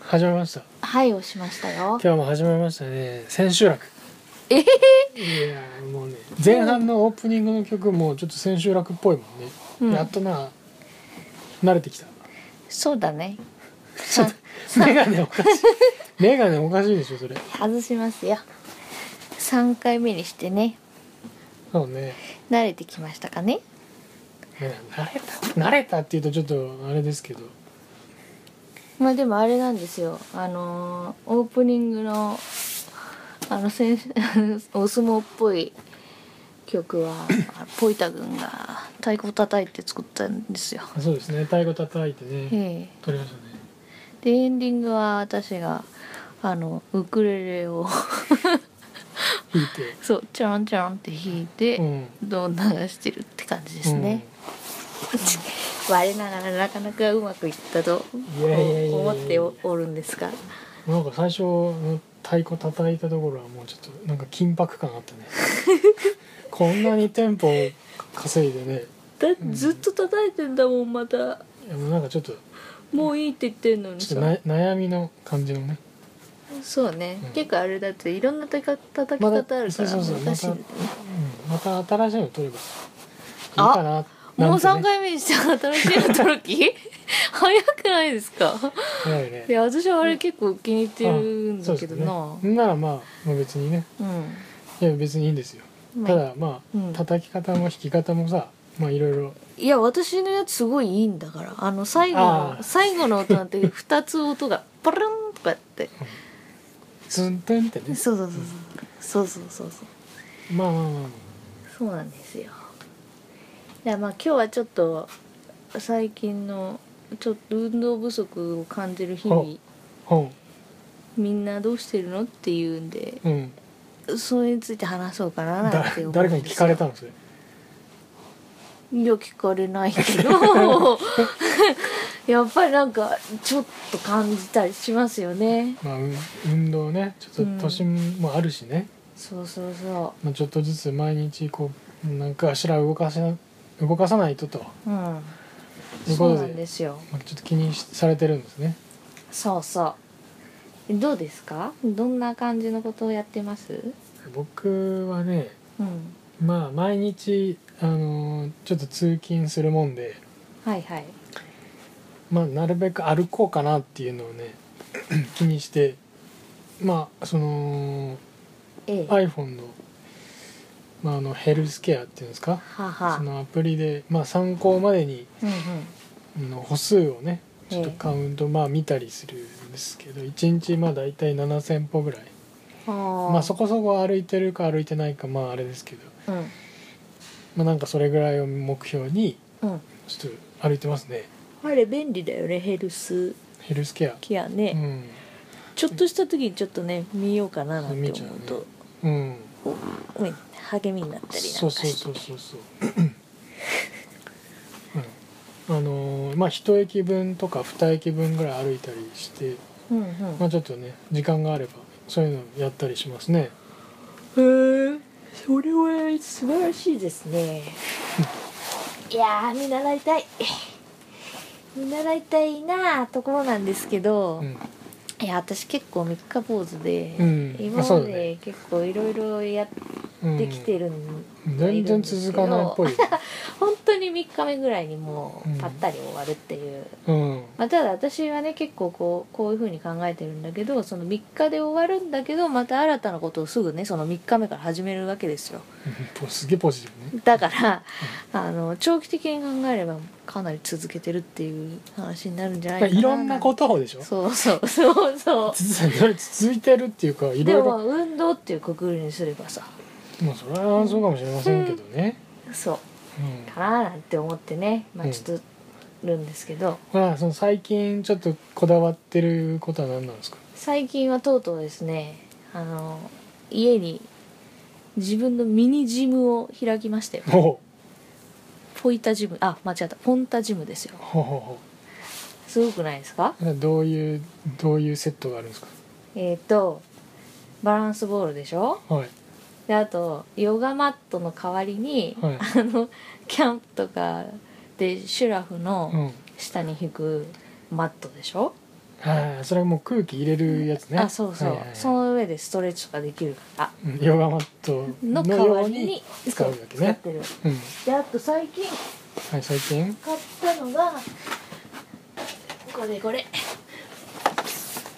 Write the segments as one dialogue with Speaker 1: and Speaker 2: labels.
Speaker 1: 始めました
Speaker 2: はいをしましたよ
Speaker 1: 今日も始めましたね千秋楽
Speaker 2: えへへ
Speaker 1: いやーもうね前半のオープニングの曲もちょっと千秋楽っぽいもんね、
Speaker 2: うん
Speaker 1: やっとな慣れてきた
Speaker 2: そうだねさ
Speaker 1: メガネおかし いメガネおかしいでしょそれ
Speaker 2: 外しますよ3回目にしてね
Speaker 1: そうね
Speaker 2: 慣れてきましたかね
Speaker 1: ね慣れた慣れたっていうとちょっとあれですけど
Speaker 2: まあでもあれなんですよあのーオープニングのあのせん お相撲っぽい曲はあポイタ君が太鼓叩いて作ったんですよ
Speaker 1: あそうですね太鼓叩いてね
Speaker 2: ええ
Speaker 1: 撮りましたね
Speaker 2: でエンディングは私があのウクレレを
Speaker 1: 弾い
Speaker 2: そうチャランチャランって弾い
Speaker 1: てう
Speaker 2: て、
Speaker 1: ん
Speaker 2: どう流してるって感じですね、我ながらなかなかうまくいったと
Speaker 1: いやいやいやいや
Speaker 2: 思っておるんですが
Speaker 1: うんなんか最初の太鼓叩いたところはもうちょっとなんか緊迫感あった ねこんなにテンポを稼いでね
Speaker 2: だ
Speaker 1: ん
Speaker 2: ずっと叩いてんだもんまた
Speaker 1: いやもうなんかちょっと
Speaker 2: もういいって言ってんのに
Speaker 1: ちょ
Speaker 2: さ
Speaker 1: っとな悩みの感じのね
Speaker 2: そうね、
Speaker 1: うん
Speaker 2: 結構あれだっていろんな叩き叩き方あるから難しい
Speaker 1: そうそうそうまた,、うん、また新しいの撮ればいいかななんてね
Speaker 2: もう3回目にして新しいの取る気早くないです か
Speaker 1: 早いね
Speaker 2: いや私はあれ結構気に入ってるん
Speaker 1: あそう
Speaker 2: だ
Speaker 1: で
Speaker 2: け
Speaker 1: す
Speaker 2: ど
Speaker 1: ね
Speaker 2: な
Speaker 1: ならまあもう別にねいや別にいいんですよ
Speaker 2: うん、まあ
Speaker 1: ただまあ、
Speaker 2: うん
Speaker 1: 叩き方も弾き方もさまあいろいろ
Speaker 2: いや私のやつすごいいいんだからあの最後
Speaker 1: あ
Speaker 2: の
Speaker 1: ー
Speaker 2: 最後の音なんて2つ 音がパランとかやって
Speaker 1: ツントンってね
Speaker 2: そうそうそうそうそうそうそうそう
Speaker 1: まあまあまあまあ
Speaker 2: そうなんですよいやまあ今日はちょっと最近のちょっと運動不足を感じる日々
Speaker 1: お本
Speaker 2: みんなどうしてるのっていうんで
Speaker 1: うん
Speaker 2: それについて話そうかな
Speaker 1: だ
Speaker 2: なんて思うんですよ
Speaker 1: 誰かに聞かれたのそれ
Speaker 2: いや聞かれないけ どやっぱりなんかちょっと感じたりしますよね
Speaker 1: まあうん運動ねちょっと年もあるしね、
Speaker 2: そうそうそ
Speaker 1: まあ、ちょっとずつ毎日こう何かしら動かしな動かさないとと
Speaker 2: ううん
Speaker 1: いう
Speaker 2: そ
Speaker 1: こ
Speaker 2: う
Speaker 1: と
Speaker 2: な
Speaker 1: で
Speaker 2: んですよ
Speaker 1: まあ、ちょっと気にしされてるんですね
Speaker 2: そうそうどうですかどんな感じのことをやってます
Speaker 1: 僕はね
Speaker 2: うん
Speaker 1: まあ毎日あのーちょっと通勤するもんで、
Speaker 2: はいはい
Speaker 1: まあ、なるべく歩こうかなっていうの をね気にしてまあその
Speaker 2: ええ
Speaker 1: iPhone の,、まあ、あのヘルスケアっていうんですか
Speaker 2: はは
Speaker 1: そのアプリで、まあ、参考までに
Speaker 2: うんうん
Speaker 1: の歩数をねちょっと
Speaker 2: ええ
Speaker 1: カウントまあ見たりするんですけど1日まあ大体7,000歩ぐらい
Speaker 2: あ
Speaker 1: まあそ
Speaker 2: こ
Speaker 1: こそこ歩いてるか歩いてないかまああれですけど
Speaker 2: うん
Speaker 1: まあなんかそれぐらいを目標に
Speaker 2: うん
Speaker 1: ちょっと歩いてますね
Speaker 2: あれ便利だよねヘルス
Speaker 1: ヘルスケア
Speaker 2: ケア
Speaker 1: う
Speaker 2: ね、
Speaker 1: ん
Speaker 2: ちょっとした時にちょっとね見ようかななんて
Speaker 1: 見ちゃ
Speaker 2: 思
Speaker 1: う
Speaker 2: う
Speaker 1: ね
Speaker 2: と
Speaker 1: うん
Speaker 2: うん励みになったりなんかして
Speaker 1: そうそうそうそうそううんあのーまあ一駅分とか二駅分ぐらい歩いたりして
Speaker 2: うんうん
Speaker 1: まあちょっとね時間があればそういうのやったりしますね
Speaker 2: へえそれは素晴らしいですねいやー見習いたい見習いたいなあところなんですけど、
Speaker 1: うん
Speaker 2: いや私結構三日坊主で、
Speaker 1: うん
Speaker 2: 今
Speaker 1: あそ
Speaker 2: ま
Speaker 1: うだね
Speaker 2: で結構いろいろやっ
Speaker 1: うん
Speaker 2: てきてるん、
Speaker 1: 全然続かないっぽいよね
Speaker 2: 本当に3日目ぐらいにも
Speaker 1: うん
Speaker 2: うパッタリ終わるっていう、
Speaker 1: うん
Speaker 2: まあ、ただ私はね結構こうこういう風に考えてるんだけどその3日で終わるんだけどまた新たなことをすぐねその3日目から始めるわけですよ
Speaker 1: ポすげえポジティブね
Speaker 2: だからあの長期的に考えればかなり続けてるっていう話になるんじゃないかな、
Speaker 1: いろんなことをでしょ
Speaker 2: そうそうそうそう
Speaker 1: つつそれ続いてるっていうかい
Speaker 2: で
Speaker 1: ろいろ
Speaker 2: も運動っていうくくりにすればさ
Speaker 1: まあそれはそうかもしれませんけどね、
Speaker 2: そう
Speaker 1: うん
Speaker 2: かななんて思ってねまあ
Speaker 1: うん
Speaker 2: ちょっとるんですけど、
Speaker 1: まあその最近ちょっとこだわってることは何なんですか
Speaker 2: 最近はとうとうですねあの家に自分のミニジムを開きましたよ
Speaker 1: ほうほ
Speaker 2: ポイタジムあ間違ったポンタジムですよ
Speaker 1: うほうほ
Speaker 2: すごくないですか
Speaker 1: うどういうどういうセットがあるんですか
Speaker 2: えっ、とバランスボールでしょ
Speaker 1: はい
Speaker 2: であとヨガマットの代わりに、
Speaker 1: はい
Speaker 2: あのキャンプとかでシュラフ
Speaker 1: う
Speaker 2: の
Speaker 1: ん
Speaker 2: 下に引くマットでしょ、
Speaker 1: ああそれはもう空気入れるやつね
Speaker 2: あそうそう、
Speaker 1: はいはいはい
Speaker 2: その上でストレッチとかできるから
Speaker 1: うんヨガマット
Speaker 2: の
Speaker 1: の
Speaker 2: 代
Speaker 1: よ
Speaker 2: わり
Speaker 1: う
Speaker 2: に
Speaker 1: に使うわけ
Speaker 2: そう使っ
Speaker 1: ね
Speaker 2: てる
Speaker 1: うん
Speaker 2: であと最近
Speaker 1: はい最近
Speaker 2: 買ったのがこれこれ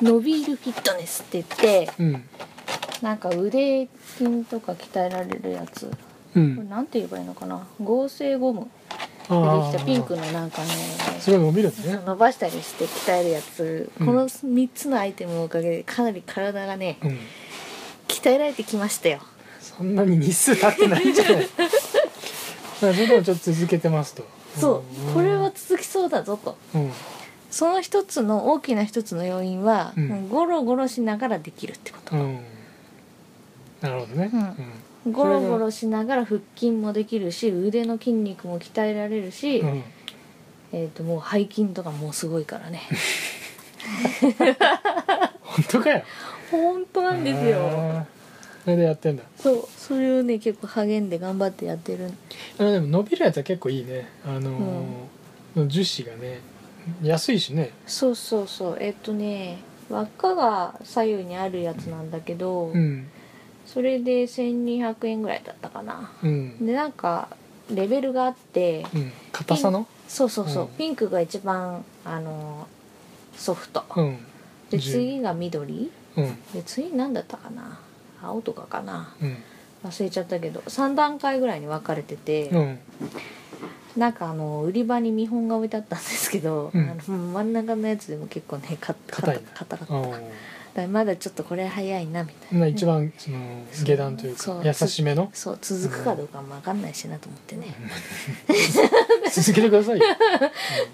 Speaker 2: 伸びるフィットネスって言って
Speaker 1: うん
Speaker 2: なんか腕筋とか鍛えられるやつこ
Speaker 1: う
Speaker 2: れ
Speaker 1: ん
Speaker 2: なんて言えばいいのかな合成ゴムで
Speaker 1: ああ
Speaker 2: できたピンクのなんかね
Speaker 1: それが伸びるんだね
Speaker 2: 伸ばしたりして鍛えるやつ、
Speaker 1: うん
Speaker 2: この3つのアイテムのおかげでかなり体がね
Speaker 1: うん
Speaker 2: 鍛えられてきましたよ
Speaker 1: そんなに日数経ってないんじゃないだからそれでもちょっと続けてますと
Speaker 2: そうこれは続きそうだぞと
Speaker 1: うん
Speaker 2: その一つの大きな一つの要因は、
Speaker 1: うん
Speaker 2: ゴロゴロしながらできるってこと
Speaker 1: うんなるほどね
Speaker 2: うんゴロゴ
Speaker 1: それが
Speaker 2: ロしながら腹筋もできるし腕の筋肉も鍛えられるし、
Speaker 1: うん
Speaker 2: えー、ともう背筋とかもうすごいから ね
Speaker 1: 本当かよ
Speaker 2: 本当なんですよ
Speaker 1: あーそれでやってんだ
Speaker 2: そうそれをね結構励んで頑張ってやってる
Speaker 1: あでも伸びるやつは結構いいねあのー樹脂がね安いしね
Speaker 2: そうそうそうえっ、とね輪っかが左右にあるやつなんだけど、
Speaker 1: うん
Speaker 2: それで1200円ぐらいだったかな
Speaker 1: うん
Speaker 2: でなんかレベルがあって
Speaker 1: うん硬さの
Speaker 2: そうそうそう、
Speaker 1: うん
Speaker 2: ピンクが一番あのソフト、
Speaker 1: うん
Speaker 2: で
Speaker 1: 十
Speaker 2: 次が緑
Speaker 1: うん
Speaker 2: で次何だったかな青とかかな
Speaker 1: うん
Speaker 2: 忘れちゃったけど3段階ぐらいに分かれてて、
Speaker 1: うん
Speaker 2: なんかあの売り場に見本が置いてあったんですけど、
Speaker 1: うん
Speaker 2: あの真ん中のやつでも結構ねか
Speaker 1: 硬いね
Speaker 2: 硬かった
Speaker 1: あ
Speaker 2: だか
Speaker 1: ー
Speaker 2: らまだちょっとこれ早いなみたい
Speaker 1: ま
Speaker 2: な、
Speaker 1: あ一番その下段という
Speaker 2: そ
Speaker 1: か
Speaker 2: う
Speaker 1: 優しめの
Speaker 2: そう続くかどうかも分かんないしなと思ってね、
Speaker 1: 続けてくださいよ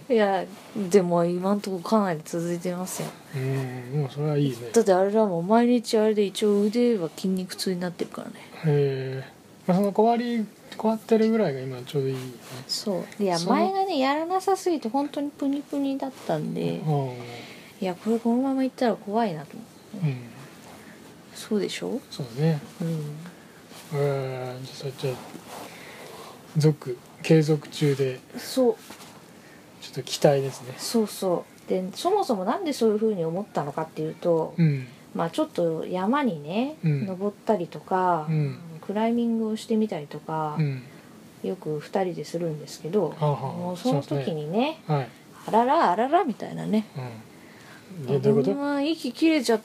Speaker 2: いやでも今んとこかなり続いてますよ
Speaker 1: うんもうそれはいいね
Speaker 2: だってあれだもん毎日あれで一応腕は筋肉痛になってるからね
Speaker 1: えーまあ、その小割り小割ってるぐらいが今ちょうどいいね
Speaker 2: そういや
Speaker 1: その
Speaker 2: 前がねやらなさすぎて本当にプニプニだったんで、
Speaker 1: う
Speaker 2: いやこれこのままいったら怖いなと思って
Speaker 1: ん、うん、
Speaker 2: そうでしょ
Speaker 1: そうだね
Speaker 2: うん
Speaker 1: えー、じゃあそれじゃあ続継続中で
Speaker 2: そう
Speaker 1: ちょっと期待ですね
Speaker 2: そうそうでそもそもなんでそういうふうに思ったのかっていうと、
Speaker 1: うん
Speaker 2: まあちょっと山にね、
Speaker 1: うん
Speaker 2: 登ったりとか、
Speaker 1: うん
Speaker 2: クライミングをしてみたりとか
Speaker 1: う、ん
Speaker 2: よく2人でするんですけど、
Speaker 1: あは
Speaker 2: もうその時にね
Speaker 1: はい、
Speaker 2: あららあららみたいなね
Speaker 1: うん、いやどういうこと
Speaker 2: まあ息切れちゃっ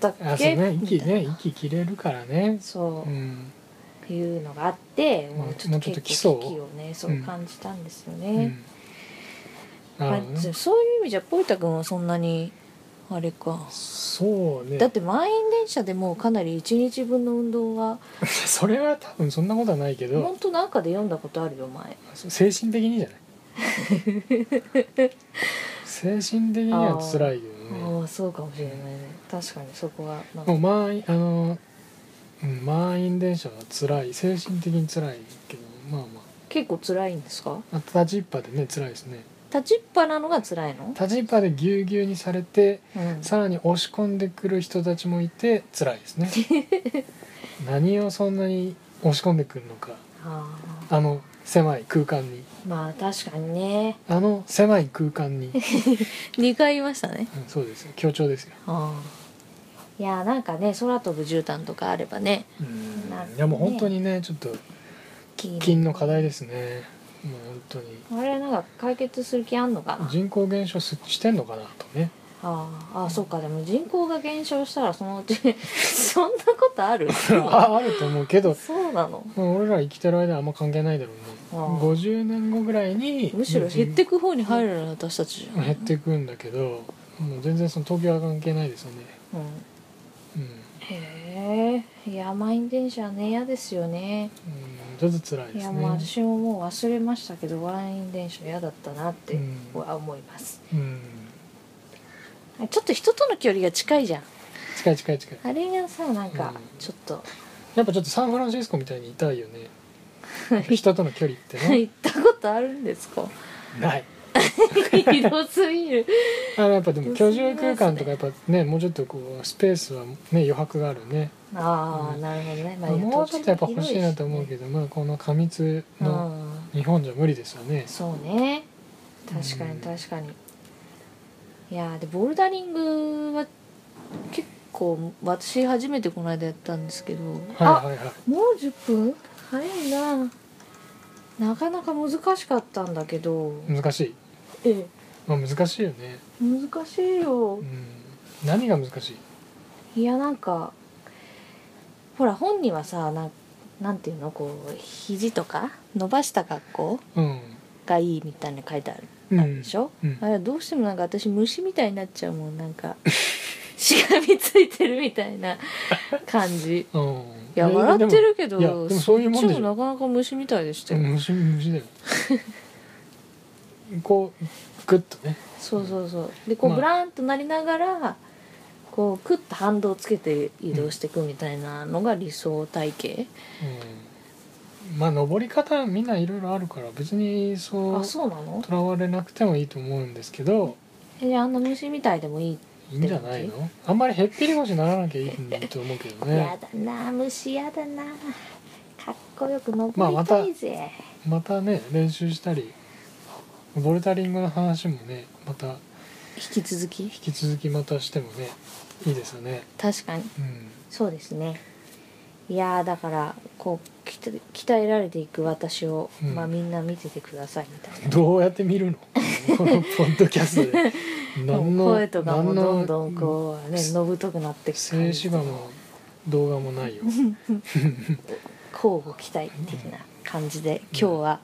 Speaker 2: たっ
Speaker 1: あそう
Speaker 2: け
Speaker 1: ね息
Speaker 2: みたい
Speaker 1: ね
Speaker 2: な
Speaker 1: 息切れるからね
Speaker 2: そう
Speaker 1: う、ん、
Speaker 2: いうのがあって、
Speaker 1: ん
Speaker 2: もうちょ
Speaker 1: も
Speaker 2: っ
Speaker 1: うちょっ
Speaker 2: と
Speaker 1: と基
Speaker 2: 結
Speaker 1: 礎
Speaker 2: 構
Speaker 1: を
Speaker 2: 危機をねそう
Speaker 1: うん
Speaker 2: 感じたんですよ
Speaker 1: う
Speaker 2: ね、
Speaker 1: ん、な
Speaker 2: まあ
Speaker 1: るほどね
Speaker 2: そういう意味じゃポイタ君はそんなにあれか
Speaker 1: そうね
Speaker 2: だって満員電車でもうかなり1日分の運動が
Speaker 1: それは多分そんなことはないけど
Speaker 2: 本当なんかで読んだことあるよ前
Speaker 1: 精神的にじゃない精神的には辛いけどね
Speaker 2: ああそうかもしれないね確かにそこはなん
Speaker 1: も
Speaker 2: か
Speaker 1: う満員あのうん満員電車は辛い精神的に辛いけどまあま
Speaker 2: 結構辛いんですか
Speaker 1: ああ立ちっぱでね辛いですね
Speaker 2: 立ちっぱなのが辛いの、
Speaker 1: 立ちっぱでぎゅうぎゅうにされて
Speaker 2: うん、
Speaker 1: さらに押し込んでくる人たちもいて辛いですね何をそんなに押し込んでくるのか
Speaker 2: あ
Speaker 1: あの狭い空間に
Speaker 2: ーまあ確かにね
Speaker 1: あの狭い空間に、うん
Speaker 2: 2回言いましたね
Speaker 1: そうですよ強調ですよ
Speaker 2: ああいやなんかね空飛ぶ絨毯とかあればね
Speaker 1: うん
Speaker 2: なるほどね
Speaker 1: いやもう本当にねちょっと
Speaker 2: 金
Speaker 1: 金の課題ですねもう本当に
Speaker 2: あれなんか解決する気あんのかな
Speaker 1: 人口減少すしてんのかなとね
Speaker 2: ああああそうかでも人口が減少したらそのうち そんなこと ある
Speaker 1: ああると思うけど
Speaker 2: そうなの
Speaker 1: もう俺ら生きてる間はあんま関係ないだろ
Speaker 2: あ
Speaker 1: う
Speaker 2: ー
Speaker 1: ね50年後ぐらいに
Speaker 2: むしろ減ってく方に入るの私たちじゃん、
Speaker 1: 減ってくんだけどもう全然その東京は関係ないですよね
Speaker 2: うん、
Speaker 1: うん、
Speaker 2: へえいや満員電車はね嫌ですよね
Speaker 1: うん、ちょっと辛い
Speaker 2: い
Speaker 1: です
Speaker 2: や
Speaker 1: ね
Speaker 2: もう私ももう忘れましたけど満員電車嫌だったなって
Speaker 1: うん
Speaker 2: は思います、
Speaker 1: うん
Speaker 2: ちょっと人との距離が近いじゃん
Speaker 1: 近い近い近い
Speaker 2: あれがさなんか
Speaker 1: うん
Speaker 2: ちょっと、
Speaker 1: やっぱちょっとサンフランシスコみたいに痛いよ ね人との距離ってね
Speaker 2: 行ったことあるんですか
Speaker 1: ない
Speaker 2: 広すぎる
Speaker 1: あやっぱでも居住空間とかやっぱねもうちょっとこうスペースはね余白があるね
Speaker 2: ああ、なるほどね、まあ、
Speaker 1: もうちょっとやっぱ欲しいなと思うけど、まあこの過密
Speaker 2: ど、う
Speaker 1: の
Speaker 2: ん、
Speaker 1: 日本じゃ無理ですよね
Speaker 2: そうね確か
Speaker 1: う
Speaker 2: に
Speaker 1: ん
Speaker 2: 確かに、いいやーでボルダリングは結構私初めてこの間やったんですけど、
Speaker 1: はいはいはい
Speaker 2: あもう10分早いななかなか難しかったんだけど
Speaker 1: 難しい、
Speaker 2: ええ
Speaker 1: まあ、難しいよね、
Speaker 2: 難しいよ
Speaker 1: うん、何が難しい
Speaker 2: いやなんかほら本にはさなんなんていうのこう肘とか伸ばした格好
Speaker 1: うん、
Speaker 2: がいいみたいなの書いてある
Speaker 1: うん、
Speaker 2: でしょ、
Speaker 1: うん
Speaker 2: あれどうしてもなんか私虫みたいになっちゃうもんなんかしがみついてるみたいな感 じ
Speaker 1: うん
Speaker 2: いや笑ってるけ
Speaker 1: いやでも
Speaker 2: ど
Speaker 1: いやでもそういうもんでし
Speaker 2: そっ
Speaker 1: ょ
Speaker 2: ちなかなか虫みたいでした
Speaker 1: で
Speaker 2: よ、
Speaker 1: も虫虫だ よこうグッとね
Speaker 2: そうそうそうでこう、
Speaker 1: まあ
Speaker 2: ブラーンとなりながらこうクッと反動つけて移動していくみたいなのが理想体型、
Speaker 1: うんまあ登り方みんないろいろあるから別にそう
Speaker 2: あそうなの
Speaker 1: とらわれなくてもいいと思うんですけど
Speaker 2: えあんな虫みたいでもいい、
Speaker 1: いいんじゃないのあんまりへっぴり腰にならなきゃいいと思うけ ど
Speaker 2: や
Speaker 1: ね
Speaker 2: だな虫やだなかっこよく
Speaker 1: まあ
Speaker 2: 登り
Speaker 1: また
Speaker 2: たいぜ、
Speaker 1: またね練習したりボルダリングの話もねまた
Speaker 2: 引き続き
Speaker 1: 引き続きまたしてもねいいですよね
Speaker 2: 確かに
Speaker 1: うん
Speaker 2: そうですねいやーだからこうきた鍛えられていく私を、
Speaker 1: うん
Speaker 2: まあみんな見ててくださいみたいな
Speaker 1: どうやって見 るのこのポッドキャストで何
Speaker 2: もう
Speaker 1: の
Speaker 2: 声とかもどんどん
Speaker 1: 何の
Speaker 2: こうねのぶとくなってく
Speaker 1: 静止画も動画もないよ
Speaker 2: 交互期待的な感じで今日は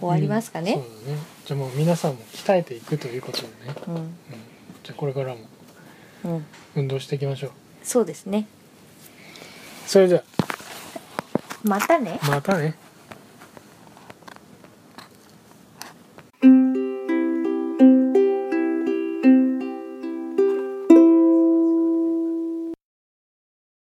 Speaker 2: 終わりますか
Speaker 1: うん
Speaker 2: ね、
Speaker 1: そうだねじゃあもう皆さんも鍛えていくということでね、
Speaker 2: うん
Speaker 1: うん、じゃあこれからも
Speaker 2: うん
Speaker 1: 運動していきましょう
Speaker 2: そうですね
Speaker 1: それじゃ
Speaker 2: またね
Speaker 1: あまたね